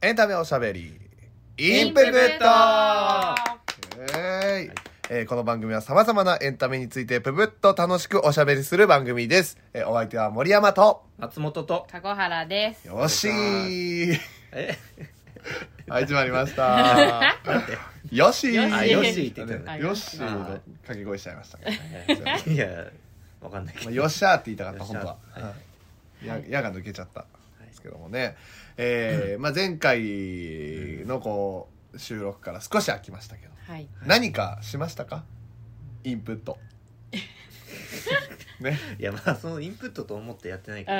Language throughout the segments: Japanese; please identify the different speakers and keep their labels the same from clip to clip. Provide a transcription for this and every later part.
Speaker 1: エンタメおしゃべりイ
Speaker 2: イ
Speaker 1: ン
Speaker 2: ン
Speaker 1: プ
Speaker 2: プ
Speaker 1: ッ
Speaker 2: ッ
Speaker 1: ト
Speaker 2: ト
Speaker 1: はいえーこの番組はさまざまなエンタメについてプブッと楽しくおしゃべりする番組です、えーお相手は森山と
Speaker 3: 松本と
Speaker 2: かごはらです。
Speaker 1: よしー
Speaker 3: え
Speaker 1: はい始まりましたよし
Speaker 2: よし
Speaker 1: ー
Speaker 2: ー
Speaker 3: あよしーって言って
Speaker 2: た
Speaker 1: ねよしーの掛け声しちゃいましたけど
Speaker 3: たいやわかんないけ
Speaker 1: ま
Speaker 3: ど
Speaker 1: あ、よっしゃーって言いたかった
Speaker 3: よっ
Speaker 1: 本
Speaker 3: しゃ
Speaker 1: 当
Speaker 3: ー
Speaker 1: は、
Speaker 3: は
Speaker 1: はいや矢が抜けちゃったんですけどもね、えーまあ、前回のこう収録から少し空きましたけど、
Speaker 2: はい。
Speaker 1: 何かしましたかインプッ トね
Speaker 3: いやまあそのインプットと思ってやってないけど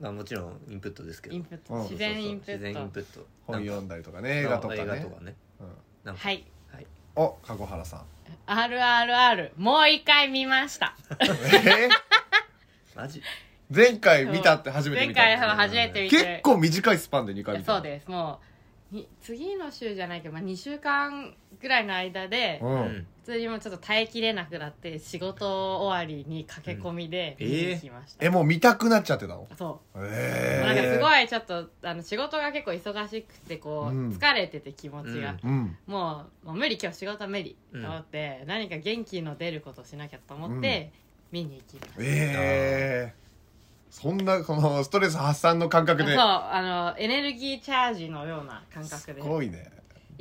Speaker 3: まあもちろんインプットですけど
Speaker 2: インプッ
Speaker 1: うん
Speaker 2: ト。自然インプ
Speaker 3: そうそう自然イン
Speaker 2: ット。
Speaker 3: プット
Speaker 1: 本読んだりとかね映画とかね
Speaker 3: 映画とかね
Speaker 1: うん、
Speaker 3: なんか
Speaker 2: はい。
Speaker 3: はい
Speaker 1: お籠原さん
Speaker 2: RRR。もう一回見ました。
Speaker 1: えー
Speaker 3: マジ
Speaker 1: 前回見たって初めて見たんで
Speaker 2: 前
Speaker 1: す
Speaker 2: 回は初めて見て。
Speaker 1: 結構短いスパンで2回見た
Speaker 2: そうです。もう、に次の週じゃないけど、まあ、2週間ぐらいの間で
Speaker 1: う、、
Speaker 3: うんん
Speaker 2: 普通にもうちょっと耐えきれなくなって、仕事終わりに駆け込みで
Speaker 3: う
Speaker 2: 見
Speaker 3: ん
Speaker 2: に行きました。
Speaker 1: えもう見たくなっちゃってたの
Speaker 2: そう。
Speaker 1: え
Speaker 2: な
Speaker 1: え
Speaker 2: んか
Speaker 1: い
Speaker 2: すごいちょっとあの仕事が結構忙しくてこう、
Speaker 1: うん
Speaker 2: 疲れてて気持ちが、
Speaker 1: うん
Speaker 2: もうもう無理今日仕事無理と
Speaker 3: うん
Speaker 2: 思って、何か元気の出ることしなきゃと思って、見に行きました
Speaker 1: ええそんなこのストレス発散の感覚で
Speaker 2: そうあのエネルギーチャージのような感覚
Speaker 1: す
Speaker 2: で
Speaker 1: ご
Speaker 2: 行
Speaker 1: いね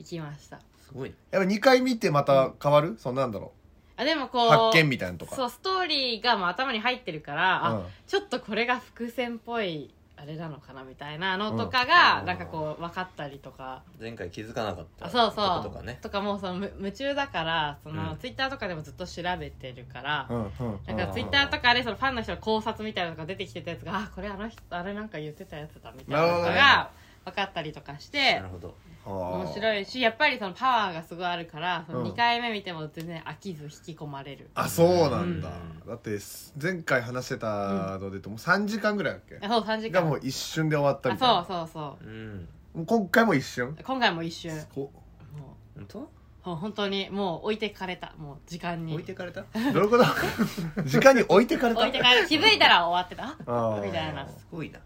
Speaker 2: きました
Speaker 3: すごいね
Speaker 1: やっぱ2回見てまた変わる、そんなんだろ
Speaker 2: あでも
Speaker 1: う
Speaker 2: こう
Speaker 1: 発見みたいなのとか
Speaker 2: そうストーリーがもう頭に入ってるから、
Speaker 1: う
Speaker 2: あ
Speaker 1: ん
Speaker 2: ちょっとこれが伏線っぽいあれなのかなみたいなのとかが、
Speaker 3: うん
Speaker 2: なんかこう分かったりとか
Speaker 3: 前回気づかなかった
Speaker 2: あそうそう
Speaker 3: こととかね
Speaker 2: とかもうそのむ夢中だからその、
Speaker 3: うん
Speaker 2: ツイッターとかでもずっと調べてるから、
Speaker 1: うんうん
Speaker 2: なんかツイッターとかでそのファンの人の考察みたいなのが出てきてたやつがあこれあの人あれなんか言ってたやつだみたいなの
Speaker 1: なるほど
Speaker 2: が分かったりとかして
Speaker 3: なるほど
Speaker 2: 面
Speaker 1: 面
Speaker 2: 白
Speaker 1: い
Speaker 2: いしやっぱりそのパワーがすごいあるからそ
Speaker 1: うん
Speaker 2: の2回目見ても全然飽きず引き込まれる、
Speaker 1: あそうなんだ、
Speaker 3: うん
Speaker 1: だって前回話してたのでともう3時間ぐらいだっけ、
Speaker 2: あそう3時
Speaker 1: が
Speaker 2: 間
Speaker 1: もう一瞬で終わったみたいな
Speaker 2: あそうそうそ
Speaker 3: うん
Speaker 1: もう今回も一瞬
Speaker 2: う今回も一瞬
Speaker 1: こ
Speaker 2: も
Speaker 3: 本当
Speaker 2: うもう本当にもう置いてかれたもう時間に
Speaker 3: 置いてかれた
Speaker 1: うどういうこと 時間に置いてかれた
Speaker 2: 置いてかれた気づいたら終わってた
Speaker 1: あー
Speaker 2: みたいな
Speaker 3: すごいな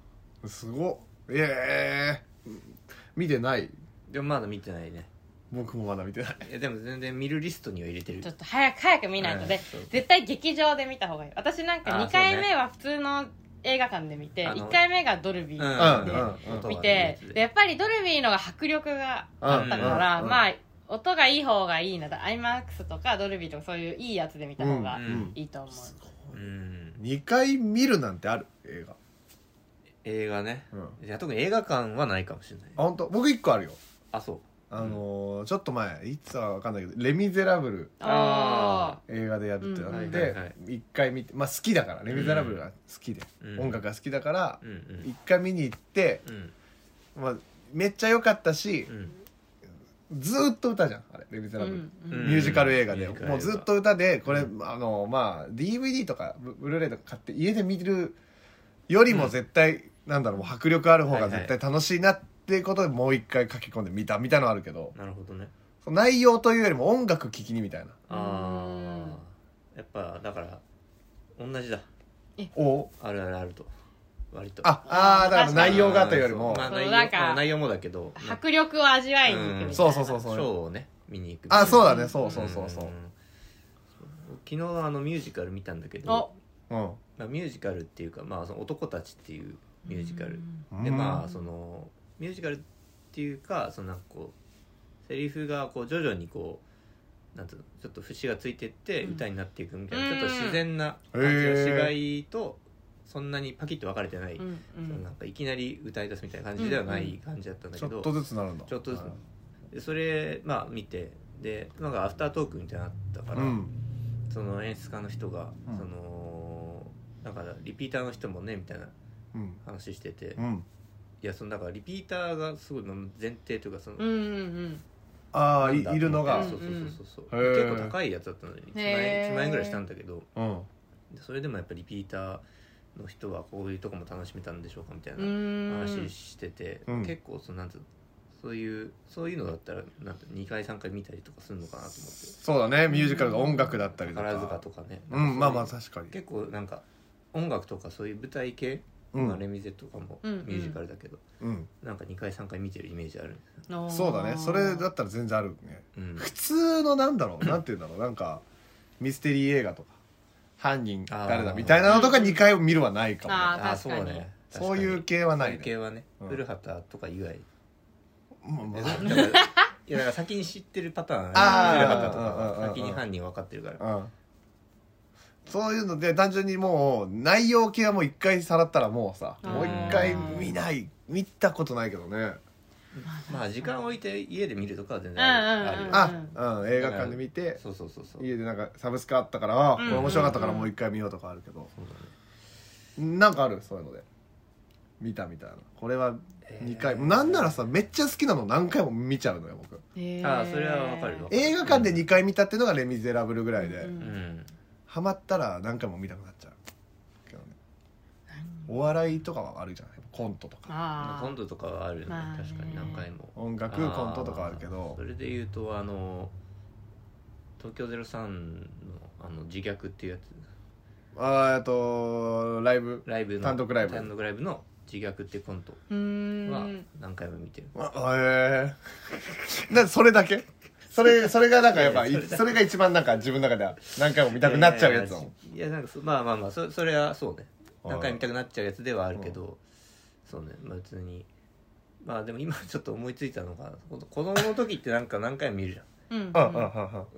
Speaker 1: すごっええ見てない
Speaker 3: でもまだ見てないね
Speaker 1: 僕もまだ見てない
Speaker 3: いやでも全然見るリストには入れてる
Speaker 2: ちょっと早く早く見ないとで、
Speaker 3: うんそう
Speaker 2: 絶対劇場で見た方がいい私なんか
Speaker 3: あー
Speaker 2: 2回目は普通の映画館で見て
Speaker 3: あの
Speaker 2: 1回目がドルビ
Speaker 3: うん
Speaker 2: ー
Speaker 1: うんうん
Speaker 3: 音が
Speaker 2: 見
Speaker 3: ね
Speaker 2: て、でやっぱりドルビーのが迫力があったから、
Speaker 1: うん
Speaker 2: まあ音がいい方がいいな iMAX とかドルビーとかそういういいやつで見た方が
Speaker 3: うん
Speaker 2: いいと思う、
Speaker 3: うん
Speaker 1: 2回見るなんてある映画
Speaker 3: 映画ね
Speaker 1: うんあ
Speaker 3: いや特に映画館はないかもしれない
Speaker 1: 本当僕1個あるよ
Speaker 3: あそう
Speaker 1: あのーちょっと前いつかわかんないけど「レ・ミゼラブル
Speaker 2: あ
Speaker 3: あ」
Speaker 1: 映画でやるってなっ
Speaker 2: うんはい
Speaker 3: はいは
Speaker 1: て1回見てまあ好きだから「レ・ミゼラブル」が好きで
Speaker 3: うん
Speaker 1: 音楽が好きだから
Speaker 3: うんうん
Speaker 1: 1回見に行って
Speaker 3: うん
Speaker 1: まあめっちゃ良かったし
Speaker 3: うん
Speaker 1: ずーっと歌じゃんあれ「レ・ミゼ
Speaker 2: ー
Speaker 1: ラ
Speaker 2: う
Speaker 1: ブル」
Speaker 2: んう
Speaker 3: うん
Speaker 2: ん
Speaker 1: ミュージカル映画で
Speaker 3: ミュージカル映画
Speaker 1: もうずっと歌でこれ、
Speaker 3: う
Speaker 1: あのまあ DVD とかブブルーレイとか買って家で見るよりも絶対、なんだろうもう迫力ある方が絶対楽しいなっていうことでもう一回書き込んで見たみたいのあるけど
Speaker 3: なるほどね
Speaker 1: その内容というよりも音楽聴きにみたいな
Speaker 3: ああやっぱだから同じだ
Speaker 1: お
Speaker 3: あるあるあると割と
Speaker 1: ああーだから
Speaker 2: 確かに
Speaker 1: 内容がというよりも
Speaker 3: まあ
Speaker 2: そう
Speaker 3: 内容
Speaker 2: なんか
Speaker 3: まあ内容もだけどなんか
Speaker 2: 迫力を味わいに行くみたいな
Speaker 1: そうそうそう
Speaker 3: シ
Speaker 1: そ
Speaker 3: ョ
Speaker 1: う
Speaker 3: ーをね見に行く
Speaker 1: あそうだね
Speaker 2: うん
Speaker 1: そうそうそうそう
Speaker 3: うん昨日あのミュージカル見たんだけど
Speaker 2: お
Speaker 1: うん、
Speaker 3: まあミュージカルっていうかまあその男たちっていうミュージカル
Speaker 1: うん、
Speaker 3: でま
Speaker 2: う
Speaker 3: あ
Speaker 2: ん
Speaker 3: そのミュージカルっていうかそのなんかこうセリフがこう徐々にこうなんていうのちょっと節がついてって
Speaker 2: うん
Speaker 3: 歌になっていくみたいな、
Speaker 2: うん
Speaker 3: ちょっと自然な
Speaker 1: へ
Speaker 3: 感じ
Speaker 1: ー
Speaker 3: が違いとそんなにパキッと分かれてない、
Speaker 2: うんうん
Speaker 3: そのなんかいきなり歌い出すみたいな感じではな
Speaker 2: うんう
Speaker 3: い感じだったんだ
Speaker 1: ちょ
Speaker 3: けど、
Speaker 1: っとずつなるんだ
Speaker 3: ちょっとずつでそれまあ見てでなんかアフタートークみたいなのあったから、
Speaker 1: うん
Speaker 3: その演出家の人が、
Speaker 1: うん
Speaker 3: そのなんかリピーターの人もねみたいな
Speaker 1: うん
Speaker 3: 話してて、
Speaker 1: うん
Speaker 3: いやそのだからリピーターがすごいまあ前提というかその、
Speaker 2: うんうん
Speaker 1: ああい
Speaker 3: なんだ
Speaker 1: いるのが
Speaker 3: そうそうそうそうそう
Speaker 1: うんうんへー
Speaker 3: 結構高いやつだったので1万
Speaker 2: へ
Speaker 3: 円
Speaker 2: ー
Speaker 3: 1万円ぐらいしたんだけど
Speaker 1: うん
Speaker 3: でそれでもやっぱリピーターの人はこういうとこも楽しめたんでしょうかみたい
Speaker 2: うんう
Speaker 3: なん話してて、
Speaker 1: うん
Speaker 3: 結構そのなんていうのそういうそういうのだったらなんて2回3回見たりとかするのかなと思って
Speaker 1: そうだねミュージカルが音楽だったりとか
Speaker 3: 宝塚とかね
Speaker 1: うんまあまあ
Speaker 3: そういう
Speaker 1: 確かに
Speaker 3: 結構なんか音楽とかそういう舞台系
Speaker 1: うん
Speaker 3: まあレミゼとかもミ
Speaker 2: うんうん
Speaker 3: ュージカルだけど、
Speaker 1: うん
Speaker 3: なんか2回3回見てるイメージあるんですよ
Speaker 2: あー
Speaker 1: そうだねそれだったら全然あるね
Speaker 3: うん
Speaker 1: 普通のなんだ ろうなんて言うんだろうなんかミステリー映画とか犯人誰だみたいなのとか2回を見るはないかもね
Speaker 2: あー
Speaker 3: ー
Speaker 2: 確かに
Speaker 1: そういう
Speaker 3: 確か
Speaker 1: 系は
Speaker 3: に
Speaker 1: な
Speaker 3: そうい
Speaker 1: いうね
Speaker 3: 系はね、
Speaker 1: うん
Speaker 3: 古畑とか以外
Speaker 1: まあま
Speaker 3: いや
Speaker 1: あ
Speaker 3: だからいやだから先に知ってるパターン
Speaker 1: あー
Speaker 3: 古畑とか
Speaker 1: うんうんうんう
Speaker 3: は
Speaker 1: ん
Speaker 3: 先に犯人分かってるから
Speaker 1: うんそういうので単純にもう内容系はもう一回さらったらもうさ
Speaker 2: うん
Speaker 1: もう一回見ない見たことないけどね
Speaker 3: まあ時間置いて家で見るとかは全然
Speaker 2: うんうんうん
Speaker 3: あるよ
Speaker 1: あ、うん、映画館で見て
Speaker 3: そうそうそうそう
Speaker 1: 家でなんかサブスクあったからあこ
Speaker 2: うん
Speaker 1: れ面白かったからもう一回見ようとかあるけど
Speaker 3: そうだね
Speaker 1: なんかあるそういうので見たみたいなこれは2回、なんならさめっちゃ好きなの何回も見ちゃうのよ僕
Speaker 2: へー
Speaker 3: あーそれはわかるよ
Speaker 1: 映画館で2回見たっていうのが「レ・ミゼラブル」ぐらいで、
Speaker 2: うん
Speaker 3: うん
Speaker 1: ハマったら何回も見たくなっちゃうけどねお笑いとかはあるじゃないコントとか
Speaker 2: あ
Speaker 3: コントとかはあるよね
Speaker 2: まあね
Speaker 3: 確かに何回も
Speaker 1: 音楽コントとかあるけど
Speaker 3: それで言うとあの東京03のあの自虐っていうやつ
Speaker 1: あーえっとライブ
Speaker 3: ライブの
Speaker 1: 単独ライブ
Speaker 3: 単独ライブの自虐ってコント
Speaker 2: うーん
Speaker 3: は何回も見てる
Speaker 1: あえー、なんでそれだけそれそれがなんかやっぱいそれが一番なんか自分の中では何回も見たくなっちゃうやつを
Speaker 3: いやいやいやいやなんかそまあまあまあそそれはそうね
Speaker 1: はい
Speaker 3: 何回見たくなっちゃうやつではあるけどそうねまあ別にまあでも今ちょっと思いついたのが子供の時ってなんか何回も見るじゃ
Speaker 2: うん
Speaker 1: うんうんうんうん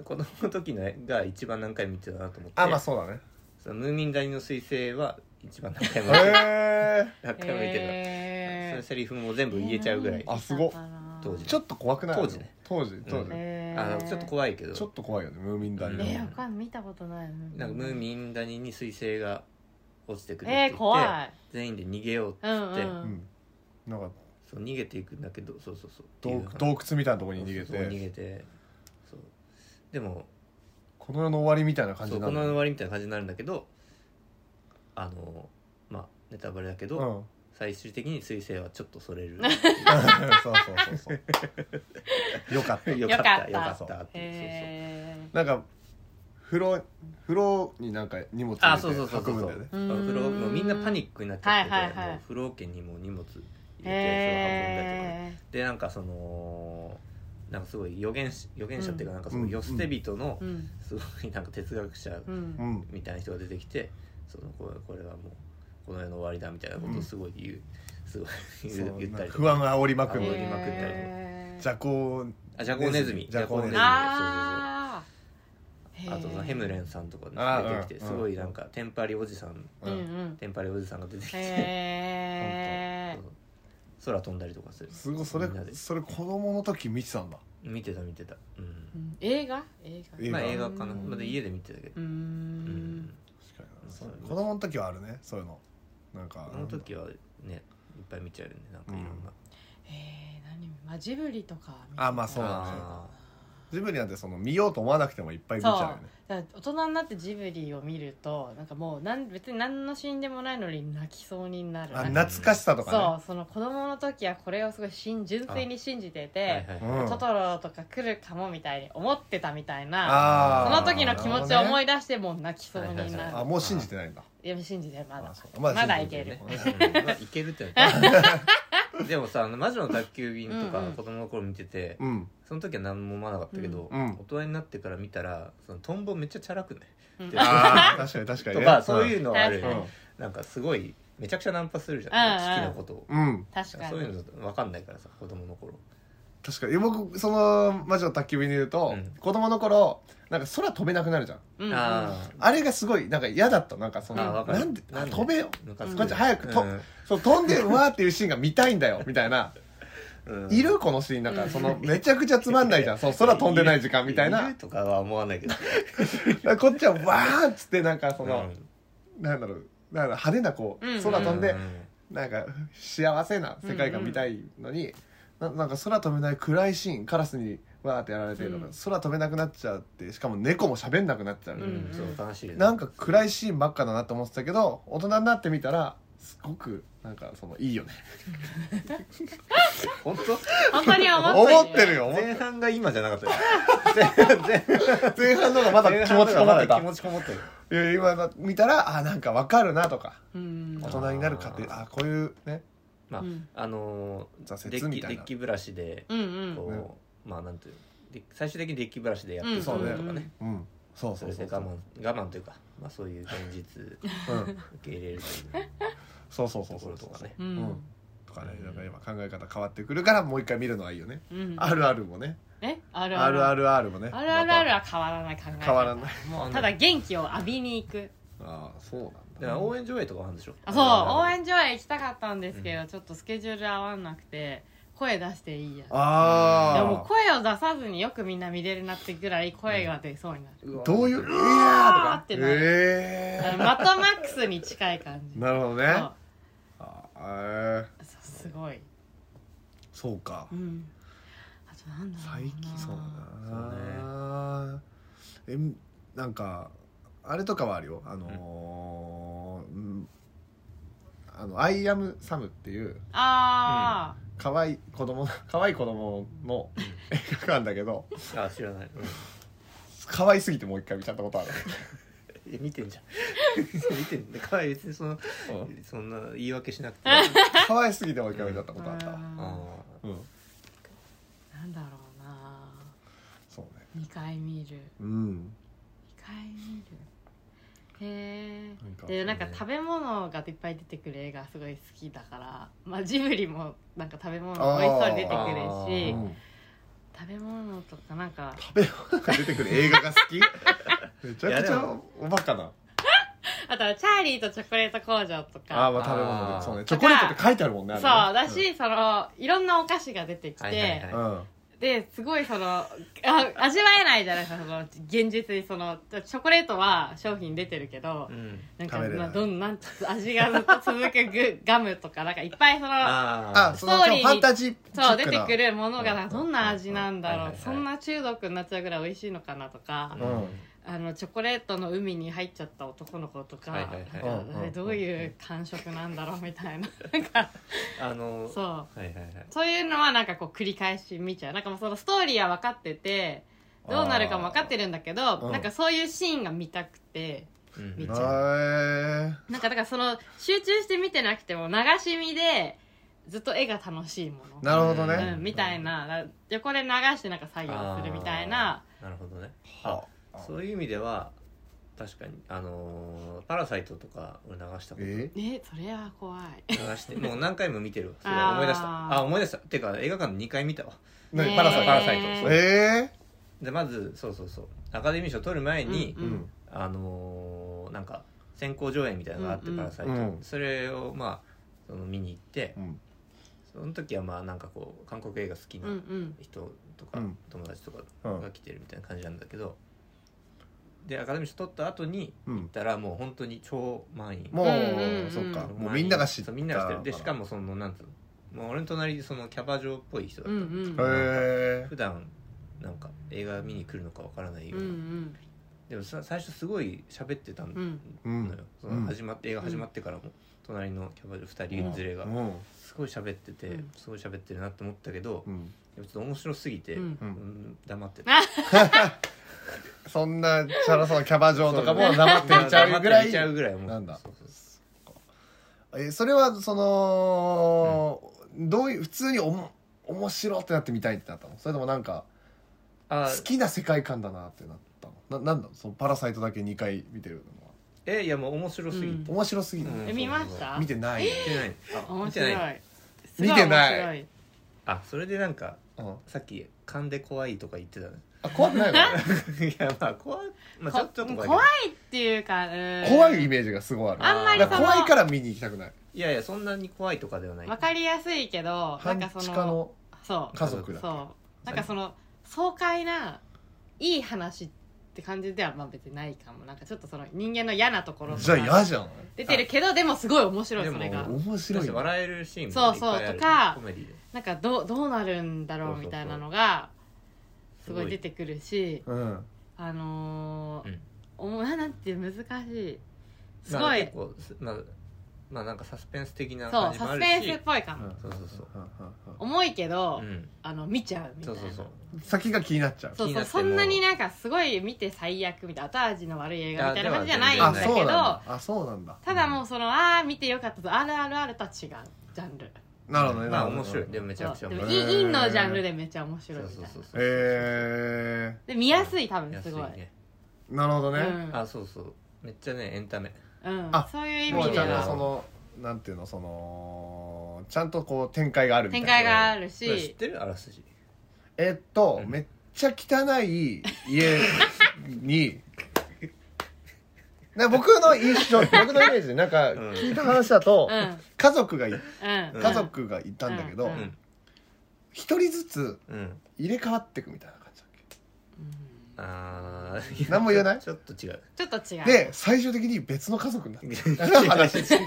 Speaker 3: ん子供の時のが一番何回も見てたなと思って
Speaker 1: あまあそうだね
Speaker 3: そのムーミン谷の彗星は一番何回も見てる
Speaker 1: へ
Speaker 3: 何回も見てるなそ
Speaker 2: へ
Speaker 3: のセリフも全部言えちゃうぐらい、
Speaker 1: あすごっ
Speaker 3: 当
Speaker 1: え
Speaker 3: 時
Speaker 1: ちょっと怖くない
Speaker 3: 当時ね
Speaker 1: 当時当時、
Speaker 2: え
Speaker 3: あのちょっと怖いけど
Speaker 1: ちょっと怖いよねムーミン谷
Speaker 3: と
Speaker 1: の、
Speaker 2: えー、わかんない見たことない
Speaker 3: なんかムーミン谷に彗星が落ちてくるって言っ
Speaker 2: え
Speaker 3: て、
Speaker 2: ー、怖い
Speaker 3: 全員で逃げようって
Speaker 2: う
Speaker 3: 言
Speaker 2: ん
Speaker 3: っ
Speaker 2: う
Speaker 3: て、
Speaker 1: うんん、なんか
Speaker 3: そう逃げていくんだけどそうそうそう
Speaker 1: 洞
Speaker 3: っていう
Speaker 1: 洞窟みたいなところ
Speaker 3: 話
Speaker 1: に逃げ
Speaker 3: そうそう逃
Speaker 1: て
Speaker 3: げてそうでも
Speaker 1: この世の終わりみたいな感じ
Speaker 3: そう
Speaker 1: に
Speaker 3: こ
Speaker 1: な
Speaker 3: の
Speaker 1: る
Speaker 3: 世の終わりみたいな感じになるんだけどあのまあネタバレだけど、
Speaker 1: うん
Speaker 3: 最終的に彗星はちょっとそれ る
Speaker 1: そうそうそうそう よかった
Speaker 3: よ
Speaker 2: かった
Speaker 3: よかったっていうそうそう
Speaker 2: へ
Speaker 1: なんか風呂風呂になんか荷物
Speaker 3: あ
Speaker 1: 入
Speaker 3: そうそうそ
Speaker 1: れ
Speaker 3: う
Speaker 1: て
Speaker 3: そ
Speaker 1: 運ぶん
Speaker 3: うそう
Speaker 1: だよね
Speaker 2: うーん
Speaker 3: あの風呂もうみんなパニックになっちゃってて、
Speaker 2: はいはいはい
Speaker 3: もう風呂桶にも荷物入れて
Speaker 2: ー
Speaker 3: それを運んだりとかね
Speaker 2: へ
Speaker 3: でなんかそのなんかすごい予言し予言者っていうかなんかその
Speaker 1: うん
Speaker 3: 世捨て人の
Speaker 2: ーうん
Speaker 3: すごいなんか哲学者
Speaker 2: うん
Speaker 1: うん
Speaker 3: みたいな人が出てきてそのこれこれはもうこの世の終わりだみたいなことをすごい言う、すごい
Speaker 1: そ
Speaker 3: 言う
Speaker 1: う
Speaker 3: 言っ
Speaker 1: な
Speaker 3: た
Speaker 1: ん
Speaker 3: り
Speaker 1: か
Speaker 3: と
Speaker 1: 不
Speaker 3: か
Speaker 1: 安が煽りまくる
Speaker 3: 煽
Speaker 1: の
Speaker 3: り
Speaker 1: に
Speaker 3: まくったりとか
Speaker 2: へー
Speaker 1: じゃこ
Speaker 3: あジャコウネズミ
Speaker 1: ジャコウネズミ
Speaker 3: ジャ
Speaker 2: あ
Speaker 3: コウネズミそうそうそうあとそのヘムレンさんとか
Speaker 1: あー
Speaker 3: ね出てき
Speaker 1: う
Speaker 3: て
Speaker 1: ん
Speaker 3: すごいなんかテンパリおじさん
Speaker 1: う
Speaker 2: うん ん
Speaker 3: テンパリおじさんが出てき
Speaker 2: うん
Speaker 3: て
Speaker 2: へ
Speaker 3: そうそう空飛んだりとかする
Speaker 1: すごいそれ
Speaker 3: みんなで
Speaker 1: それ子供の時見てたんだ
Speaker 3: 見てた見てた、うん
Speaker 2: ーうん映画映
Speaker 1: 映
Speaker 3: ま
Speaker 2: 画
Speaker 3: あ
Speaker 1: 画
Speaker 3: 映画かな、
Speaker 2: うん
Speaker 3: まあ、で家で見てたけど
Speaker 2: うーん
Speaker 1: 確かに
Speaker 3: そう
Speaker 1: そう子供の時はあるねそういうのなんか
Speaker 3: あの時はねいっぱい見ちゃうよねなんかいろんな、
Speaker 2: えー何まあジブリとかは見てた
Speaker 1: あまあそうだね
Speaker 3: あ
Speaker 1: ジブリなんてその見ようと思わなくてもいっぱい見ちゃうよね
Speaker 2: だから大人になってジブリを見るとなんかもうなん別に何のシーンでもないのに泣きそうになる
Speaker 1: あ
Speaker 2: なんか
Speaker 1: 懐かしさと
Speaker 2: そ
Speaker 1: か
Speaker 2: うその子供の時はこれをすごい信純粋に信じて
Speaker 3: ーはい
Speaker 2: て、
Speaker 3: はい、
Speaker 1: うん
Speaker 2: トトロとか来るかもみたいに思ってたみたいなそ
Speaker 1: あ
Speaker 2: の
Speaker 1: ー
Speaker 2: 時の気持ちを思
Speaker 1: ね
Speaker 2: い出してもう泣きそうにな
Speaker 3: は
Speaker 2: る、
Speaker 3: いいはい
Speaker 1: あもう信じてないんだ
Speaker 2: や信じてまだ
Speaker 1: あそうま
Speaker 2: まだ
Speaker 1: だ
Speaker 2: いけ
Speaker 1: 信じてる
Speaker 2: る
Speaker 1: ね
Speaker 3: うんまあいけるってなった でもさあの魔女の宅急便とか
Speaker 2: うんうん
Speaker 3: 子供の頃見てて
Speaker 1: うん
Speaker 3: その時は何も思わなかったけど、
Speaker 1: うん
Speaker 3: 大人になってから見たらそのトンボめっちゃチャラくない、
Speaker 2: うん
Speaker 3: で
Speaker 1: ああ 確かに確かに
Speaker 3: と
Speaker 1: ね
Speaker 3: かそういうのはある
Speaker 2: 確
Speaker 3: よ
Speaker 2: か
Speaker 3: ね
Speaker 2: に、
Speaker 3: なんかすごいめちゃくちゃナンパするじ
Speaker 2: うん
Speaker 3: ゃん、
Speaker 2: うん
Speaker 3: 好きなことを、
Speaker 1: うんうん
Speaker 2: 確か
Speaker 3: そういう
Speaker 2: に
Speaker 3: の分かんないからさ子供の頃
Speaker 1: 確かに僕その魔女の宅急便で言うと、
Speaker 3: うん
Speaker 1: 子供の頃なんか空飛べなくなるじゃん
Speaker 2: うんうん
Speaker 3: あー
Speaker 1: あれがすごいなんか嫌だったなんかそ
Speaker 3: あー
Speaker 1: の
Speaker 3: わかる
Speaker 1: なんで
Speaker 3: なんで
Speaker 1: 飛べよ
Speaker 3: ムカつく
Speaker 1: こっち早くと、
Speaker 3: うん
Speaker 1: そう飛んでうわーっていうシーンが見たいんだよみたいな、
Speaker 3: うん
Speaker 1: いるこのシーンなん
Speaker 2: う
Speaker 1: か
Speaker 2: ん
Speaker 1: そ のめちゃくちゃつまんないじゃんそう空飛んでない時間みたい
Speaker 3: る
Speaker 1: な
Speaker 3: とかは思わな いけど
Speaker 1: こっちはわーっつってなんかその、
Speaker 3: うん
Speaker 1: なんだろうなんだろう派手なこ
Speaker 2: うん
Speaker 1: う空飛んで、
Speaker 3: う
Speaker 1: なんか幸せな世界観見たいのに、ななんか空飛べない暗いシーンカラスにわーってやられてるのが、
Speaker 2: うん
Speaker 1: 空飛べなくなっちゃってしかも猫も喋んなくなっちゃう、
Speaker 2: う
Speaker 3: うん
Speaker 2: ん
Speaker 3: そう楽しいよね
Speaker 1: なんか暗いシーンばっかだなと思ってたけど大人になってみたらすごくなんかそのいいよね
Speaker 3: 本当
Speaker 2: 本当に思っ た
Speaker 1: 思ってるよ思っ
Speaker 3: 前半が今じゃなかったよ
Speaker 1: 前半の方がまだ気持ちこもってた
Speaker 3: 気持ちこもってる
Speaker 1: いや今見たらあなんかわかるなとか
Speaker 2: うん
Speaker 1: 大人になる過程あこういうね
Speaker 3: まあ、
Speaker 2: うん
Speaker 3: あのー
Speaker 1: 挫
Speaker 3: デ
Speaker 1: 折
Speaker 3: ッ
Speaker 1: み
Speaker 3: キ
Speaker 1: た
Speaker 3: デ
Speaker 1: い
Speaker 3: ッ
Speaker 1: な
Speaker 3: キブラシで
Speaker 2: うんうん
Speaker 3: こう、まあなんていうで最終的にデッキブラシでやって
Speaker 2: うん
Speaker 3: いく
Speaker 1: そうね
Speaker 3: とかね、
Speaker 1: うんそう
Speaker 3: そ
Speaker 1: そう
Speaker 3: れ
Speaker 1: そ
Speaker 3: で
Speaker 1: う
Speaker 3: 我慢我慢というか、まあ、そういう現実受
Speaker 1: うん
Speaker 3: け入れるという
Speaker 1: そうそうそ
Speaker 3: と
Speaker 1: う
Speaker 3: こ
Speaker 1: そ
Speaker 3: ろ
Speaker 1: う
Speaker 3: と
Speaker 1: そう
Speaker 3: かね
Speaker 2: う
Speaker 1: うんんとかねなんか今考え方変わってくるからもう一回見るのはいいよね
Speaker 2: うん
Speaker 1: あるあるもね
Speaker 2: えあるあるある
Speaker 1: RRR もね
Speaker 2: あるあるあるは変わらない考え方
Speaker 1: 変わらない
Speaker 3: まああの
Speaker 2: ただ元気を浴びに行く
Speaker 1: ああそうなん
Speaker 3: だか
Speaker 1: だ
Speaker 3: ら応援上映とかあるんでしょ
Speaker 2: あそう応
Speaker 3: 援
Speaker 2: 援上映行きたかったんですけど、ちょっとスケジュール合わなくて声出していいやでも
Speaker 1: あ
Speaker 2: 声を出さずによくみんな見れるなってぐらい声が出そうにな る、
Speaker 1: あどういうういやー
Speaker 3: わ
Speaker 1: と
Speaker 2: あー
Speaker 1: か
Speaker 2: ってなる
Speaker 1: え
Speaker 2: だ
Speaker 1: え
Speaker 2: からマットマックスに近い感じ
Speaker 1: なるほどね
Speaker 2: そう
Speaker 1: ああええ
Speaker 2: そうすごい
Speaker 1: そうか
Speaker 2: うんあとなんだろうな
Speaker 1: 最近そうだなえなんかあれとかはあるよあのーうんあの「アイアムサム」っていう
Speaker 2: あ
Speaker 1: 可愛い子供可愛い子供 の映画館だけど
Speaker 3: あ知らない、
Speaker 1: 可愛すぎてもう一回見ちゃったことある
Speaker 3: うん、いや見てんじゃん そう見てんだから別にその
Speaker 1: うん
Speaker 3: そんな言い訳しなくて
Speaker 1: 可愛すぎてもう一回見ちゃった
Speaker 2: ー、
Speaker 1: ことあった
Speaker 2: う
Speaker 1: わ
Speaker 2: ん
Speaker 3: あ
Speaker 1: うん
Speaker 2: なんだろうな
Speaker 1: そうね
Speaker 2: 2回見る
Speaker 1: うん
Speaker 2: 2回見るへえ
Speaker 1: なんか
Speaker 2: でなんか
Speaker 3: ね
Speaker 2: 食べ物がいっぱい出てくる映画すごい好きだから、まあ、ジブリもなんか食べ物
Speaker 1: あー
Speaker 2: 美味しそうに出て
Speaker 3: あ
Speaker 2: くるし
Speaker 3: ー
Speaker 1: うん
Speaker 2: 食べ物とかなんか
Speaker 1: 食べ物が出てくる映画が好 きめちゃくちゃおバカな
Speaker 2: あとは「チャーリーとチョコレート工場」と
Speaker 1: あ
Speaker 2: か
Speaker 1: あまあ食べ
Speaker 3: あ
Speaker 1: 物
Speaker 3: ー
Speaker 1: でそうねチョコレートって書いてあるもんね
Speaker 2: そう
Speaker 1: あれ
Speaker 2: だ
Speaker 1: ね
Speaker 2: し、そのいろんなお菓子が出てきて、
Speaker 3: はいはいはい
Speaker 1: うん
Speaker 2: ですごいそのあ味わえないじゃないですかその現実にそのチョコレートは商品出てるけど
Speaker 3: あ、うん
Speaker 2: なんか
Speaker 1: 食べれない
Speaker 2: まあどんなん味がずっと続くグガムとかなんかいっぱいその
Speaker 3: あ
Speaker 1: あ
Speaker 3: ー
Speaker 1: その
Speaker 2: ストーリーに
Speaker 1: ファンタジーチックな
Speaker 2: そう出てくるものが
Speaker 3: う
Speaker 2: なんどんな味なんだろ
Speaker 3: うん
Speaker 2: うそんな中毒になっちゃうぐらい美味しいのかなとか
Speaker 1: うん
Speaker 2: あのチョコレートの海に入っちゃった男の子とか
Speaker 3: は
Speaker 2: ないん
Speaker 3: はいはい
Speaker 2: か
Speaker 1: うん
Speaker 2: あれどういう感触なんだろうみたいな なんか
Speaker 3: あの
Speaker 2: そうう
Speaker 3: はいはいはい
Speaker 2: そういうのはなんかこう繰り返し見ちゃうなんかもうそのストーリーは分かっててどうなるかも分かってるんだけど
Speaker 1: うん
Speaker 2: なんかそういうシーンが見たくて
Speaker 3: うん
Speaker 2: 見ちゃう
Speaker 1: へえ
Speaker 2: なんかだからその集中して見てなくても流し見でずっと絵が楽しいもの
Speaker 1: なるほど
Speaker 3: ね
Speaker 2: うん、みたいな、だ横で流してなんか作業するみたいな
Speaker 3: なるほどね
Speaker 1: はあ
Speaker 3: そういう意味では確かにあのーパラサイト」とか俺流したこと
Speaker 1: え
Speaker 2: えそれは怖い
Speaker 3: 流してもう何回も見て るわそう
Speaker 2: あー
Speaker 3: 思い出したあ思い出したてか映画館で2回見たわ
Speaker 1: 何
Speaker 2: ね
Speaker 1: パラサイ
Speaker 3: トパラサイトそう
Speaker 1: え
Speaker 3: でまずそうそうそうアカデミー賞取る前に、
Speaker 1: え
Speaker 2: うん
Speaker 3: あのーなんか先行上映みたいなのがあって、
Speaker 2: うんうん
Speaker 3: パラサイト、
Speaker 1: うん
Speaker 3: それをまあその見に行って
Speaker 1: うん
Speaker 3: その時はまあなんかこう韓国映画好き
Speaker 2: うんう
Speaker 3: なん人とか、
Speaker 1: うん
Speaker 3: 友達とか
Speaker 1: うん
Speaker 3: が来てるみたいな感じなんだけど、でアカデミー賞取った後に
Speaker 1: うん
Speaker 3: 行ったらもう本当に超満員
Speaker 1: も
Speaker 2: うんうんう
Speaker 1: うんそっか
Speaker 3: 満員
Speaker 1: もうみんなが知って
Speaker 3: そうみんなが知ってるでしかもそのなんつうのもう俺の隣そのキャバ嬢っぽい人だ
Speaker 2: う
Speaker 3: っ
Speaker 2: ん
Speaker 3: た
Speaker 2: う
Speaker 3: の、
Speaker 2: ん
Speaker 1: へえ
Speaker 3: 普段なんか映画見に来るのかわからないよ
Speaker 2: う
Speaker 3: うな、
Speaker 2: ん
Speaker 3: でもさ最初すごい喋ってたんだ
Speaker 2: う
Speaker 3: よ、
Speaker 2: ん
Speaker 1: うん
Speaker 3: その始まって映画始まってからも隣のキャバ嬢2人連れが
Speaker 1: うん
Speaker 3: すごい喋ってて、
Speaker 2: うん
Speaker 3: すごい喋ってるなって思ったけど、
Speaker 1: うん
Speaker 3: でもちょっと面白すぎて、
Speaker 2: うん
Speaker 3: うん黙ってた
Speaker 1: そんなチャラそうなキャバ嬢とかも
Speaker 3: そう
Speaker 1: 黙って見ちゃうぐら
Speaker 3: 黙って見
Speaker 1: い
Speaker 3: ちゃうぐらい思う
Speaker 1: なんだ
Speaker 3: そうそうそ
Speaker 1: えそれはそのどういう普通におも面白ってなってみたいってなったのそれともなんか
Speaker 3: うあ
Speaker 1: 好きな世界観だなってなったのななんだそのパラサイトだけ2回見てるのは
Speaker 3: えいやもう面白すぎて、
Speaker 2: うん
Speaker 1: 面白すぎる、
Speaker 3: うん
Speaker 2: え見ました
Speaker 1: 見てない、
Speaker 3: 見てないあ
Speaker 2: 面
Speaker 3: 見て
Speaker 2: 白い
Speaker 3: ない
Speaker 2: すご
Speaker 1: 見てない
Speaker 2: 面白い
Speaker 3: あそれでなんか
Speaker 1: うん、
Speaker 3: さっき「勘で怖い」とか言ってた ね
Speaker 1: あ怖くないの
Speaker 3: いやまあ怖い、まあ、ちょ
Speaker 2: こ
Speaker 3: っと怖いけど
Speaker 2: 怖いっていうかうん
Speaker 1: 怖いイメージがすごいある
Speaker 2: あんまり
Speaker 1: だ
Speaker 2: そ
Speaker 1: から
Speaker 2: の
Speaker 1: 怖いから見に行きたくない
Speaker 3: いやいやそんなに怖いとかではない
Speaker 2: わかりやすいけどな
Speaker 1: 半
Speaker 2: んかそ
Speaker 1: 地
Speaker 2: の
Speaker 1: 下の
Speaker 2: そ
Speaker 1: 家族
Speaker 2: う
Speaker 1: だ
Speaker 2: そうなんかその爽快ないい話って感じではまあ別にないかもなんかちょっとその人間の嫌なところとか
Speaker 1: じゃあ嫌じゃん
Speaker 2: 出てるけどでもすごい面白いそれ
Speaker 3: で
Speaker 2: が
Speaker 3: も
Speaker 1: 面
Speaker 3: だ
Speaker 1: 白い
Speaker 3: し
Speaker 1: ね
Speaker 3: 笑えるシーン
Speaker 2: そ
Speaker 3: も
Speaker 2: う
Speaker 3: いっ
Speaker 2: そう
Speaker 3: ぱいある
Speaker 2: とか
Speaker 3: コメディで
Speaker 2: なんかどうどうなるんだろうみたいなのがすごい出てくるし
Speaker 1: うん
Speaker 2: あのー
Speaker 3: うん
Speaker 2: おもなんて難しいす
Speaker 3: ま
Speaker 2: ご
Speaker 3: あ
Speaker 2: い
Speaker 3: 結構すまあまあなんかサスペンス的な
Speaker 2: そ
Speaker 3: 感
Speaker 2: う
Speaker 3: じも
Speaker 2: サ
Speaker 3: あ
Speaker 2: ス
Speaker 3: る
Speaker 2: ペン
Speaker 3: し
Speaker 2: スっぽいかも、
Speaker 3: そうそうそう
Speaker 2: 重いけど、
Speaker 3: うん
Speaker 2: あの見ちゃうみた
Speaker 3: そ
Speaker 2: いうな
Speaker 3: そうそう
Speaker 1: 先が気になっちゃう
Speaker 2: そう
Speaker 3: 気に
Speaker 2: そ
Speaker 3: なっ
Speaker 2: う
Speaker 3: ても
Speaker 2: そんなになんかすごい見て最悪みたいな後味の悪い映画みたいな感じじゃないん
Speaker 3: う
Speaker 2: だ
Speaker 1: あ
Speaker 2: け
Speaker 1: そうなん
Speaker 2: ど
Speaker 1: だあそうなんだ
Speaker 2: ただもうそのああ見てよかったとあるあるあるとは違うジャンル
Speaker 1: なるほどね
Speaker 3: ま
Speaker 1: なる
Speaker 3: あ
Speaker 1: ほど
Speaker 3: 面白いでもめちゃくち
Speaker 2: そ
Speaker 3: ゃ
Speaker 2: う
Speaker 3: 面
Speaker 2: で
Speaker 3: 白
Speaker 2: も
Speaker 3: い
Speaker 1: へー
Speaker 2: インのジャンルでめっちゃ面白いみたいな
Speaker 1: え
Speaker 2: で見やすい多分すごい
Speaker 3: 安ね
Speaker 1: ー、なるほど
Speaker 2: う
Speaker 1: ね、
Speaker 2: ん
Speaker 3: あそうそうめっちゃねエンタメ
Speaker 2: うん
Speaker 1: あ
Speaker 2: そういう意
Speaker 1: も
Speaker 2: 味
Speaker 1: う
Speaker 2: で
Speaker 1: ちゃんと
Speaker 2: は
Speaker 1: そのなんていうのそのちゃんとこう展開があるみたい
Speaker 2: 展
Speaker 1: な
Speaker 2: 開がある
Speaker 3: それ知っ
Speaker 2: して
Speaker 3: るあらすじ
Speaker 1: えっと、
Speaker 3: うん
Speaker 1: めっちゃ汚い家に な僕の印 象僕のイメージでなんか
Speaker 3: ん
Speaker 1: 聞いた話だと、
Speaker 2: うんうん
Speaker 1: 家族がい
Speaker 3: うん
Speaker 1: 家族がいたんだけど
Speaker 2: う
Speaker 3: うんん
Speaker 1: 一、人ずつ
Speaker 3: うん
Speaker 1: 入れ替わっていくみたいな感じだっ
Speaker 2: うん
Speaker 3: あー
Speaker 1: 何も言えない
Speaker 3: ちょっと違う
Speaker 2: ちょっと違う
Speaker 1: けで最終的に別の家族になって
Speaker 3: 話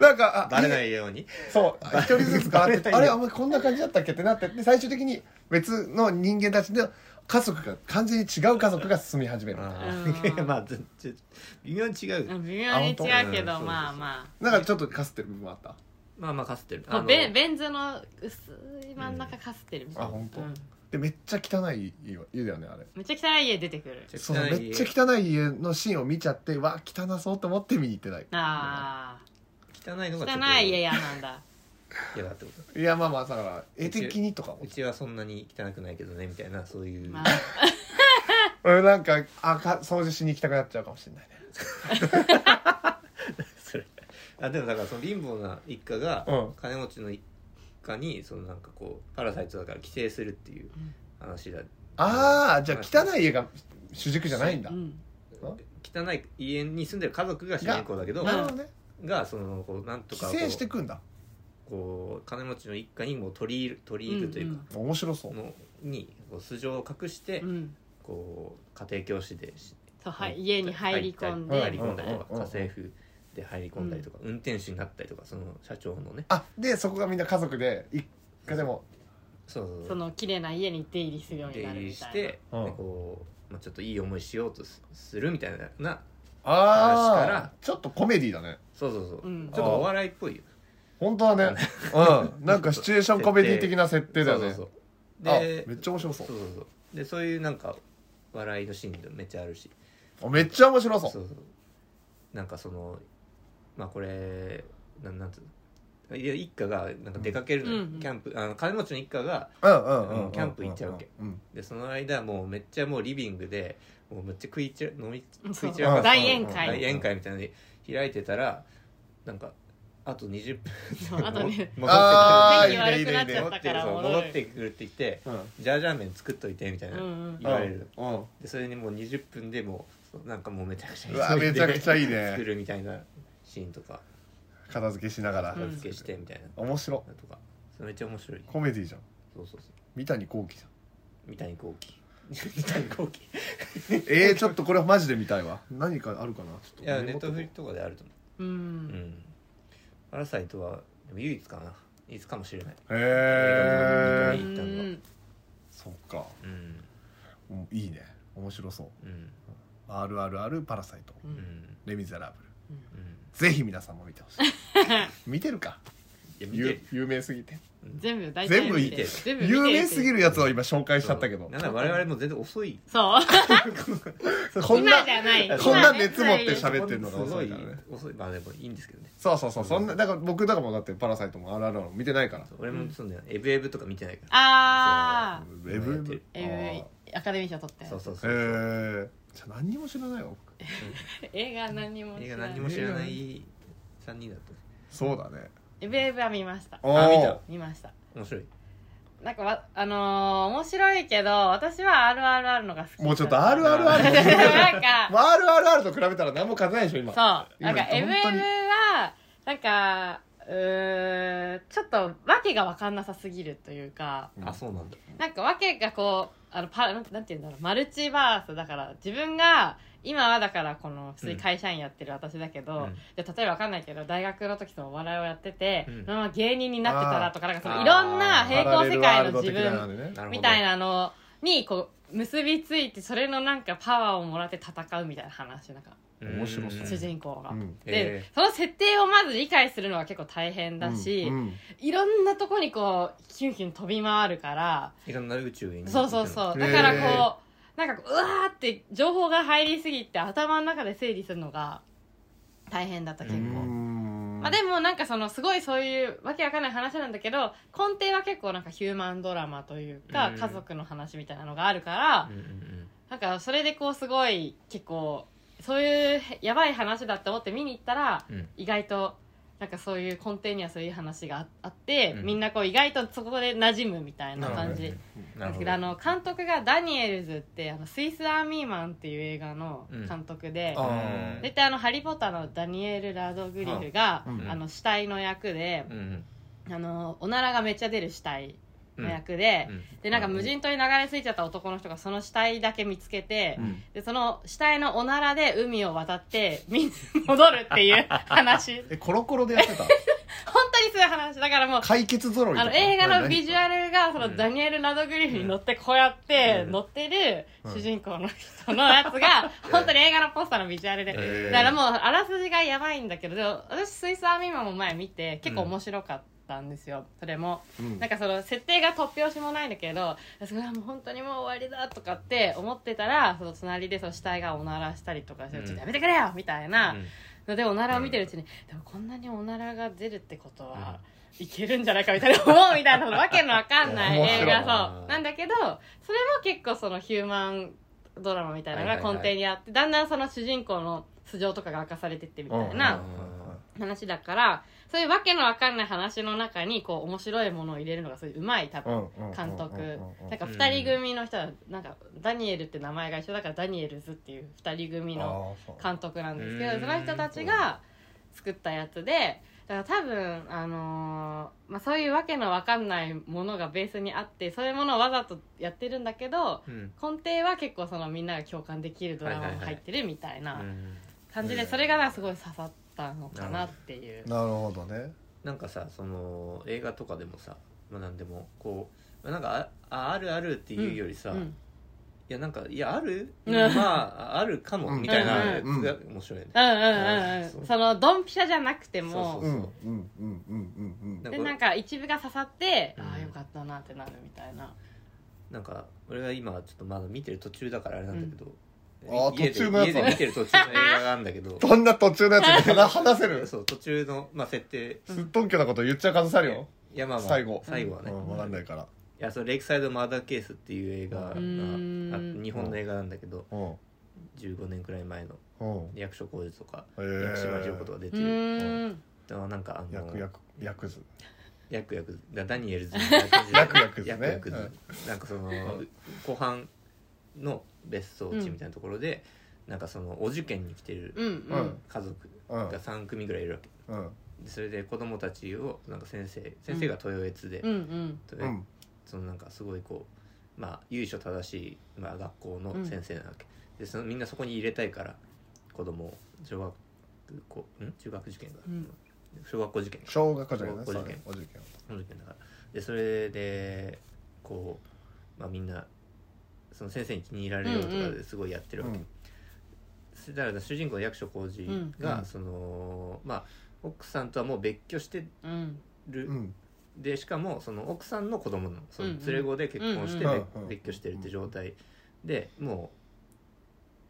Speaker 1: なんかあ
Speaker 3: バレないいように
Speaker 1: そう一人ずつ変わってて
Speaker 3: バレな
Speaker 1: あれ
Speaker 3: い
Speaker 1: あんまりこんな感じだったっけってなってで最終的に別の人間たちの家族が完全に違う家族が進み始める
Speaker 3: あ
Speaker 2: う
Speaker 3: ー
Speaker 2: ん
Speaker 3: まあ全然微妙に違う
Speaker 2: うん微妙に違うけ
Speaker 3: あ
Speaker 2: ど
Speaker 3: 本当
Speaker 2: まあま
Speaker 1: なんかちょっとかすってる部分もあった
Speaker 3: まあまあかすってるあ
Speaker 2: あもう
Speaker 3: の
Speaker 2: ベンベン図の薄い真ん中かすってるみたいな
Speaker 1: あ本当
Speaker 2: うん
Speaker 1: でめっちゃ汚い家は家だよねあれ
Speaker 2: めっちゃ汚い家出てくる
Speaker 3: めっ
Speaker 1: そう
Speaker 3: ゃ
Speaker 1: め
Speaker 3: 汚い
Speaker 1: っちゃ汚い家のシーンを見ちゃってわ汚そうと思って見に行ってない
Speaker 2: あ
Speaker 3: 汚いのが
Speaker 2: あ
Speaker 3: ちょっ
Speaker 2: 汚
Speaker 3: と
Speaker 2: い家嫌なんだ
Speaker 3: 嫌だってこと
Speaker 1: いやまあまあだから絵的にとかも
Speaker 3: うちはそんなに汚くないけどねみたいなそういう、
Speaker 2: まあ
Speaker 1: 俺なんかあか掃除しに行きたくなっちゃうかもしれないね
Speaker 3: それあでもだからその貧乏な一家が
Speaker 1: うん
Speaker 3: 金持ちの一家にそのなんかこうパラサイトだから寄生するっていう話だ
Speaker 1: ああじゃあ汚い家が主軸じゃないんだ
Speaker 2: うん
Speaker 3: 汚い家に住んでる家族が主人公だけど
Speaker 1: なる
Speaker 3: が
Speaker 1: ほどね
Speaker 3: そのこうなんと
Speaker 1: 寄
Speaker 3: かこ
Speaker 1: 生して
Speaker 3: う
Speaker 1: くんだ
Speaker 3: こう金持ちの一家にもう取り入る取り入るというか、
Speaker 1: 面白そう
Speaker 3: のにこう素性を隠して、
Speaker 2: うん
Speaker 3: こう家庭教師でし
Speaker 2: そうはい家に入り込んで
Speaker 1: は
Speaker 3: 入
Speaker 1: い
Speaker 3: り
Speaker 1: は
Speaker 3: 込
Speaker 1: い
Speaker 3: んだりとか
Speaker 1: うんうん
Speaker 3: 家政婦で入り込んだりとか、運転手になったりとかその社長のね
Speaker 1: あでそこがみんな家族で一家でも
Speaker 3: そうそうそう
Speaker 2: その綺麗な家に出入りするよう
Speaker 3: 出
Speaker 2: になる
Speaker 3: 入り
Speaker 2: み
Speaker 3: した
Speaker 2: いな
Speaker 3: て、
Speaker 1: うん
Speaker 3: でこう、まあ、ちょっといい思いしようとすするみたいなな
Speaker 1: ああ
Speaker 3: 話から
Speaker 1: ちょっとコメディだね
Speaker 3: そうそうそう、
Speaker 2: うん
Speaker 3: ちょっとお笑いっぽいよ
Speaker 1: 本当はねうんなんかシチュエーションコメディ的な設定だよね
Speaker 3: そうそうそう
Speaker 1: あ
Speaker 3: で
Speaker 1: めっちゃ面白そ
Speaker 3: そう
Speaker 1: う
Speaker 3: そうそうでそういうなんか笑いのシーンめっちゃあるし
Speaker 1: あめっちゃ面白
Speaker 3: そう
Speaker 1: そ
Speaker 3: そううなんかそのまあこれなんなんつうのいや一家がなんか出かけるのよ、
Speaker 2: うん
Speaker 3: キャンプあの金持ちの一家が
Speaker 1: うんうんうんうん
Speaker 3: キャンプ行っちゃうわけ
Speaker 1: うん
Speaker 3: でその間もうめっちゃもうリビングでもうめっちゃ食いちゃ飲み食
Speaker 2: そ
Speaker 3: いう散らかして
Speaker 2: 大宴会
Speaker 3: 大宴会みたいなのに開いてたらなんかあと20
Speaker 2: そう
Speaker 3: 分
Speaker 2: あとね
Speaker 3: 戻
Speaker 1: あー
Speaker 3: っ
Speaker 2: 天
Speaker 3: て
Speaker 2: 気悪くなっちゃ
Speaker 3: 戻っ
Speaker 2: っ
Speaker 3: たて
Speaker 2: か
Speaker 3: くる
Speaker 2: ら
Speaker 3: そう
Speaker 2: 戻る
Speaker 3: 戻ってくるって言って
Speaker 1: うん
Speaker 3: ジャージャー麺作っといてみたいな
Speaker 2: うんうん
Speaker 3: 言われる
Speaker 1: うん
Speaker 3: でそれにもう20分でもうなんかもうめちゃくち
Speaker 1: うわ
Speaker 3: ゃ急いで
Speaker 1: めちゃくちゃいい
Speaker 3: 作
Speaker 1: ね
Speaker 3: るみたいなシーンとか
Speaker 1: 片付けしながら
Speaker 2: うん
Speaker 3: 片付けしてみたいな
Speaker 1: 面白
Speaker 3: とかそれめっちゃ面白い
Speaker 1: コメディじゃん
Speaker 3: そうそうそう
Speaker 1: 三谷幸喜じゃん
Speaker 3: 三谷幸 喜三谷幸喜
Speaker 1: えー、ちょっとこれマジで見たいわ何かあるかなちょっと
Speaker 3: いや
Speaker 1: メ
Speaker 3: ネッ
Speaker 1: モっと
Speaker 3: ト
Speaker 1: こう
Speaker 3: フリとかであると思う
Speaker 2: うん
Speaker 3: うんパラサイトはでも唯一かな唯一かもしれない
Speaker 1: へえー、
Speaker 3: 行
Speaker 2: う
Speaker 3: ったのは
Speaker 2: ん
Speaker 1: そっか
Speaker 3: うん
Speaker 1: うんいいね面白そう
Speaker 3: うん
Speaker 1: 「RRR パラサイト」
Speaker 2: う
Speaker 3: うんん
Speaker 1: レ・ミゼラブル」
Speaker 3: うん
Speaker 1: ぜひ皆さんも見てほ しい見てるか
Speaker 3: いや見て
Speaker 1: 有
Speaker 3: る
Speaker 1: 有名すぎて
Speaker 2: 全部大体
Speaker 1: 全部いい
Speaker 3: て
Speaker 2: 全部見て
Speaker 1: 有名すぎ
Speaker 2: る
Speaker 1: るやつを今紹介しちゃったけど
Speaker 3: なんなら我々も全然遅い
Speaker 2: そう
Speaker 1: こんな
Speaker 2: 今じゃない
Speaker 1: こんな
Speaker 2: 今ね
Speaker 1: 熱持って喋ってるのが
Speaker 3: す
Speaker 1: 遅
Speaker 3: ご
Speaker 1: い
Speaker 3: い
Speaker 1: からね
Speaker 3: 遅いまあでもいいんですけどね
Speaker 1: そうそうそうそんなだから僕だからもうだって「パラサイト」も「RRR」も見てないから
Speaker 3: 俺もそんなエブエブとか見てないから
Speaker 2: ああ
Speaker 1: ウ
Speaker 3: う
Speaker 1: ェブ
Speaker 3: やってる
Speaker 2: えーアカデミー賞取ったやつ
Speaker 3: そうそうそ
Speaker 1: え
Speaker 3: う
Speaker 1: ー、じゃあ何にも知らないわ僕
Speaker 2: 映画何にも
Speaker 3: 映
Speaker 2: 知
Speaker 3: 画
Speaker 2: ら
Speaker 3: 何にも知らない三人だっ
Speaker 1: そうだね
Speaker 2: エブエブは見ました
Speaker 1: おー
Speaker 3: 見た
Speaker 2: 見ました
Speaker 3: た面白い
Speaker 2: なんかわあのー、面白いけど私は RRR のが好き
Speaker 1: もうちょっと
Speaker 2: だ
Speaker 1: RRR
Speaker 2: た
Speaker 1: も面白い
Speaker 2: なんか
Speaker 1: まあ RRR と比べたら何も勝てないでしょ今
Speaker 2: そう。
Speaker 1: 今
Speaker 2: なんか、エ
Speaker 1: 本
Speaker 2: ブ
Speaker 1: 当に
Speaker 2: は、なんか、うーん、ちょっと、わけがわかんなさすぎるというか、
Speaker 1: うん
Speaker 3: あそうなんだ
Speaker 2: なんか、わけがこう、あの、パ、なんなんて言うんだろう、マルチバースだから、自分が、今はだから、この、普通に会社員やってる私だけど、
Speaker 3: うん
Speaker 2: で例えばわかんないけど、大学の時そのお笑いをやってて、
Speaker 3: うん
Speaker 2: そのまま芸人になってたらとか、なんかそ
Speaker 3: あ
Speaker 2: の、
Speaker 3: ー
Speaker 2: いろんな平行世界
Speaker 1: パラレル
Speaker 2: の自
Speaker 1: ワールド的な
Speaker 2: 分
Speaker 1: のでね
Speaker 3: なるほど
Speaker 2: みたいなのに、こう、結びついて、それのなんかパワーをもらって戦うみたいな話、なんか、
Speaker 1: 面白そう
Speaker 3: うん
Speaker 2: 主人公が。
Speaker 1: うん
Speaker 2: で、
Speaker 3: え
Speaker 2: その設定をまず理解するのは結構大変だし、
Speaker 1: うんうん
Speaker 2: いろんなとこにこうキュンキュン飛び回るから、
Speaker 3: いろんな宇宙に
Speaker 2: そうそうそううんだからこう、なんかこううわーって情報が入りすぎて頭の中で整理するのが大変だった結
Speaker 1: う
Speaker 2: 構、
Speaker 1: ん
Speaker 2: まあ、でもなんかそのすごいそういうわけわかんない話なんだけど根底は結構なんかヒューマンドラマというか、
Speaker 3: うん
Speaker 2: 家族の話みたいなのがあるから、
Speaker 3: うんうん
Speaker 2: なんかそれでこうすごい結構そういうやばい話だって思って見に行ったら
Speaker 3: うんうん
Speaker 2: 意外となんかそういう根底にはそういう話がああって、
Speaker 3: うん
Speaker 2: みんなこう意外とそこで馴染むみたいな感じ
Speaker 3: なるほ
Speaker 2: ですけ
Speaker 3: ど
Speaker 2: どあの監督がダニエルズってあのスイス・アーミーマンっていう映画の監督で、
Speaker 1: あ
Speaker 3: うん
Speaker 2: 絶対あの「ハリー・ポッター」のダニエル・ラドグリフが、
Speaker 1: うん
Speaker 2: あの死体の役で
Speaker 3: う、ん
Speaker 2: あのおならがめっちゃ出る死体
Speaker 3: うん
Speaker 2: の役で、
Speaker 3: うん
Speaker 2: でなんか無人島に流れ着いちゃった男の人がその死体だけ見つけて、
Speaker 1: うん
Speaker 2: でその死体のおならで海を渡って水に 戻るっていう話
Speaker 1: えコロコロでやってた
Speaker 2: 本当にそういう話だからもう
Speaker 1: 解決ぞろいと
Speaker 2: あ
Speaker 1: か
Speaker 2: の映画のビジュア
Speaker 1: ル
Speaker 2: ルがその、
Speaker 3: うん
Speaker 2: ダニエル・ラドグリフに乗ってこうやって
Speaker 3: うん
Speaker 2: 乗ってる
Speaker 1: うん
Speaker 2: 主人公の人のやつが、 本当に映画のポスターのビジュアルで、
Speaker 3: えー
Speaker 2: だからもうあらすじがやばいんだけどでも私スイスアーミーマンも前見て結構面白かったんですよ、それもなんかその設定が突拍子もないんだけどそれはもう本当にもう終わりだとかって思ってたらその隣でその死体がおならしたりとかして、
Speaker 3: うん
Speaker 2: ちょっとやめてくれよみたいな、
Speaker 3: うん
Speaker 2: のでおならを見てるうちに、でもこんなにおならが出るってことは、いけるんじゃないかみたいな思うみたいなわけのわかんない
Speaker 1: 面白い
Speaker 2: 映画そうなんだけどそれも結構そのヒューマンドラマみたいなのが根底にあって、だんだんその主人公の素性とかが明かされてってみたいな話だから、そういうわけのわかんない話の中にこう面白いものを入れるのがそういううまい多分、監督なんか2人組の人はなんかダニエルって名前が一緒だからダニエルズっていう2人組の監督なんですけど
Speaker 3: うん
Speaker 2: その人たちが作ったやつでだから多分、あのーまあ、そういうわけのわかんないものがベースにあってそういうものをわざとやってるんだけど
Speaker 3: うん
Speaker 2: 根底は結構そのみんなが共感できるドラマが入ってるみたいな
Speaker 3: うん
Speaker 2: 感じ
Speaker 3: う
Speaker 2: で
Speaker 3: ん
Speaker 2: それがなんかすごい刺さったのかなっていう。
Speaker 1: なるほどね
Speaker 3: なんかさその映画とかでもさまあなんでもこうまあなんかあああるあるっていうよりさ、
Speaker 2: うんう
Speaker 3: い
Speaker 2: ん
Speaker 3: やなんかいやある、
Speaker 2: うん
Speaker 3: まああるかも、
Speaker 1: うん
Speaker 3: みたいなやつ
Speaker 1: うん
Speaker 3: が面白いよね、
Speaker 2: うんうん
Speaker 3: あ
Speaker 2: う
Speaker 3: そ
Speaker 2: ん
Speaker 3: う
Speaker 2: そのドンピシャじゃなくても
Speaker 1: うんうんうんうんうんうん
Speaker 3: なん
Speaker 2: で
Speaker 3: か
Speaker 2: なんか一部が刺さって、
Speaker 3: うん
Speaker 2: ああよかったなってなるみたいな
Speaker 3: なんか俺が今ちょっとまだ見てる途中だからあれなんだけ
Speaker 1: う
Speaker 3: ど、
Speaker 1: んあー
Speaker 3: 家で
Speaker 1: 途中のやつ
Speaker 3: 家で見てる途中の映画があるんだけど
Speaker 1: どんな 途中のやつで話話せるす
Speaker 3: そう途中の、まあ、設定
Speaker 1: っとんきょなこと言っちゃう可能性あるよ
Speaker 3: いやまあまあ
Speaker 1: 最後
Speaker 3: 最後はね、
Speaker 1: うんわかんないから
Speaker 3: いやそのレイクサイド・マーダー・ケースっていう映画があ
Speaker 1: う
Speaker 2: ーん
Speaker 3: 日本の映画なんだけど
Speaker 1: うん
Speaker 3: 15年くらい前の
Speaker 1: うん
Speaker 3: 役所広司とか
Speaker 1: え
Speaker 3: 薬師丸ひろ子とか出
Speaker 2: う
Speaker 3: てる、
Speaker 2: ーん
Speaker 3: だからなんかあの
Speaker 1: 役役役ず
Speaker 3: 役役だダニエルズ
Speaker 1: 役役ですね
Speaker 3: 役役なんかその後半の別荘地みたいなところで、なんかそのお受験に来てる
Speaker 2: うん
Speaker 1: う
Speaker 2: うんん
Speaker 3: 家族
Speaker 1: うん
Speaker 3: が3組ぐらいいるわけ
Speaker 1: うん
Speaker 3: でそれで子供たちをなんか先生先生が豊越で、
Speaker 2: うんうん
Speaker 1: う
Speaker 3: 豊
Speaker 1: ん
Speaker 3: そのなんかすごいこうまあ由緒正しい、まあ、学校の先生なわけ、でそのみんなそこに入れたいから子供を小学校ん中学受験が、
Speaker 2: うん
Speaker 3: 小学校受験か
Speaker 1: 小学校じゃないね
Speaker 3: 小
Speaker 1: そう
Speaker 3: 学校受
Speaker 1: ね
Speaker 3: 験
Speaker 1: お受験
Speaker 3: 小学校受験だからでそれでこう、まあ、みんなその先生に気に入られようとか
Speaker 2: うんう
Speaker 3: で
Speaker 2: ん
Speaker 3: すごいやってるわ
Speaker 1: う
Speaker 3: け、
Speaker 1: ん
Speaker 3: それだから主人公の役所広司が、
Speaker 1: うん
Speaker 3: そのまあ奥さんとはもう別居して
Speaker 2: うん
Speaker 3: る、
Speaker 1: うん
Speaker 3: でしかもその奥さんの子供のその
Speaker 2: うんうん
Speaker 3: 連れ子で結婚して
Speaker 1: うん
Speaker 3: 別,、
Speaker 1: うん
Speaker 3: 別居してるって状態でも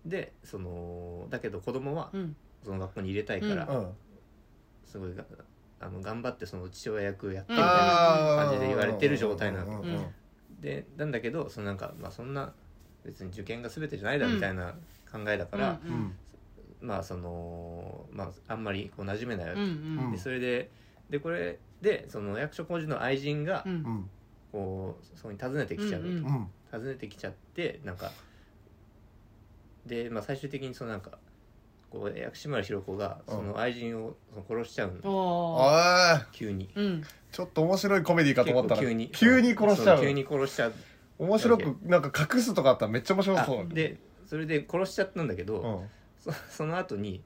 Speaker 3: うでそのだけど子供は
Speaker 2: うん
Speaker 3: その学校に入れたいか
Speaker 1: う
Speaker 3: ら
Speaker 1: ん
Speaker 3: すごいがあの頑張ってその父親役をやってみたいな
Speaker 1: あー
Speaker 3: 感じで言われてる状態なわけ
Speaker 1: うんうん
Speaker 3: でなんだけどそのなんかまあそんな別に受験が全てじゃないだみたいな考えだから、
Speaker 2: う
Speaker 1: うんん
Speaker 3: まあそのまああんまりこう馴染めないわ
Speaker 2: う
Speaker 3: け、
Speaker 2: ん
Speaker 1: うん
Speaker 3: でそれででこれでその役所広司の愛人が
Speaker 2: うんう
Speaker 1: うんん
Speaker 3: こうそこに訪ねてきちゃうわけ、
Speaker 2: うんうん
Speaker 1: うん
Speaker 3: 訪ねてきちゃってなんかで、まあ、最終的にそのなんかこう薬師丸ひろ子が
Speaker 1: うん
Speaker 3: その愛人をその殺しちゃうの、
Speaker 2: おー
Speaker 1: あー
Speaker 3: 急に
Speaker 2: うん
Speaker 1: ちょっと面白いコメディかと思ったら
Speaker 3: 結構急に
Speaker 1: 急に殺しちゃ
Speaker 3: そう急に殺しちゃう
Speaker 1: 面白くなんか隠すとかあったらめっちゃ面白そう
Speaker 3: あでそれで殺しちゃったんだけど、
Speaker 1: うん
Speaker 3: そその後に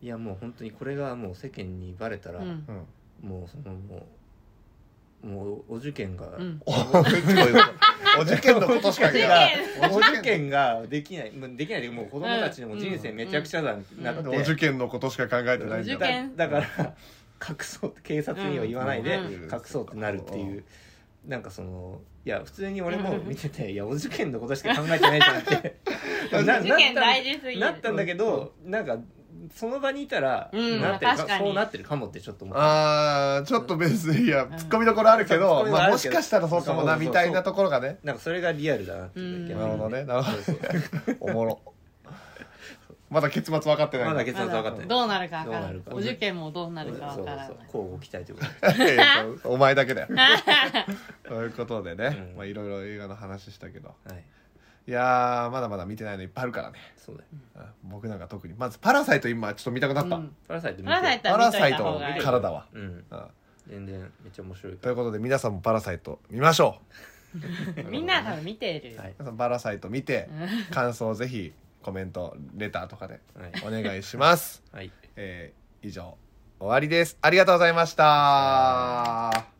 Speaker 3: いやもう本当にこれがもう世間にバレたら、
Speaker 2: うん
Speaker 1: うん
Speaker 3: もうそのもうもうお受験が、
Speaker 2: うん
Speaker 1: おめっちゃ面白いお受験のことしか
Speaker 2: 受
Speaker 1: 言
Speaker 2: 験
Speaker 1: わない
Speaker 3: お受験ができないもうできないでもう子供たちのもう人生めちゃくちゃだな
Speaker 1: な
Speaker 3: っ
Speaker 1: ん
Speaker 3: て、
Speaker 1: でお受験のことしか考えてないんだ
Speaker 2: お受験
Speaker 3: だだから隠そうって警察には言わないで
Speaker 1: うん
Speaker 3: 隠そうってなるっていうなんかそのいや普通に俺も見てていやお受験のことしか考えてないじゃなく て
Speaker 1: お
Speaker 3: な
Speaker 2: 受験大事すぎる
Speaker 3: なったんだけどなんかその場にいたら、
Speaker 2: うん
Speaker 3: なってるか
Speaker 2: 確かに
Speaker 3: そうなってるかもってちょっと思った
Speaker 1: あーちょっと別にいやツッコミどころあるけど、
Speaker 3: うん
Speaker 1: まあ、もしかしたらそうかもなみたいなところがね
Speaker 3: なんかそれがリアルだなっていう
Speaker 2: そう
Speaker 1: な
Speaker 2: そ
Speaker 1: る
Speaker 2: う
Speaker 1: ほどねなるほど
Speaker 3: そうそう
Speaker 1: おも ろまだ結末分かってない
Speaker 3: まだ結末分かってない
Speaker 2: どうなるか分か
Speaker 3: ど
Speaker 2: ら
Speaker 3: うな
Speaker 2: な
Speaker 3: る
Speaker 2: い
Speaker 3: か
Speaker 2: お受験もどうなるか
Speaker 3: そうそ
Speaker 2: 分
Speaker 3: う
Speaker 2: からな
Speaker 3: そ
Speaker 2: い
Speaker 3: う交互期待ということで
Speaker 1: いやいやお前だけだ よということでね、
Speaker 3: うん
Speaker 1: まあいろいろ映画の話したけど
Speaker 3: はい
Speaker 1: いやーまだまだ見てないのいっぱいあるからね
Speaker 3: そうだよ
Speaker 1: うん僕なんか特にまず「パラサイト」今ちょっと見たくなった、
Speaker 2: うん
Speaker 3: パラサイト見て
Speaker 2: パラサイト
Speaker 1: パ
Speaker 2: は
Speaker 1: ラ
Speaker 2: 見と
Speaker 1: サ
Speaker 2: い
Speaker 1: イ
Speaker 2: た方
Speaker 1: ト
Speaker 2: がいい
Speaker 1: からだわ、
Speaker 3: うん
Speaker 1: うん
Speaker 3: 全然めっちゃ面白いか
Speaker 1: とい
Speaker 3: ら
Speaker 1: うことで皆さんも「パラサイト」見ましょう
Speaker 2: みんな多分見てるよ
Speaker 3: はい
Speaker 1: 皆さん「パラサイト」見て感想をぜひコメントレターとかで
Speaker 3: はい
Speaker 1: お願いします、
Speaker 3: はい
Speaker 1: えー以上終わりですありがとうございました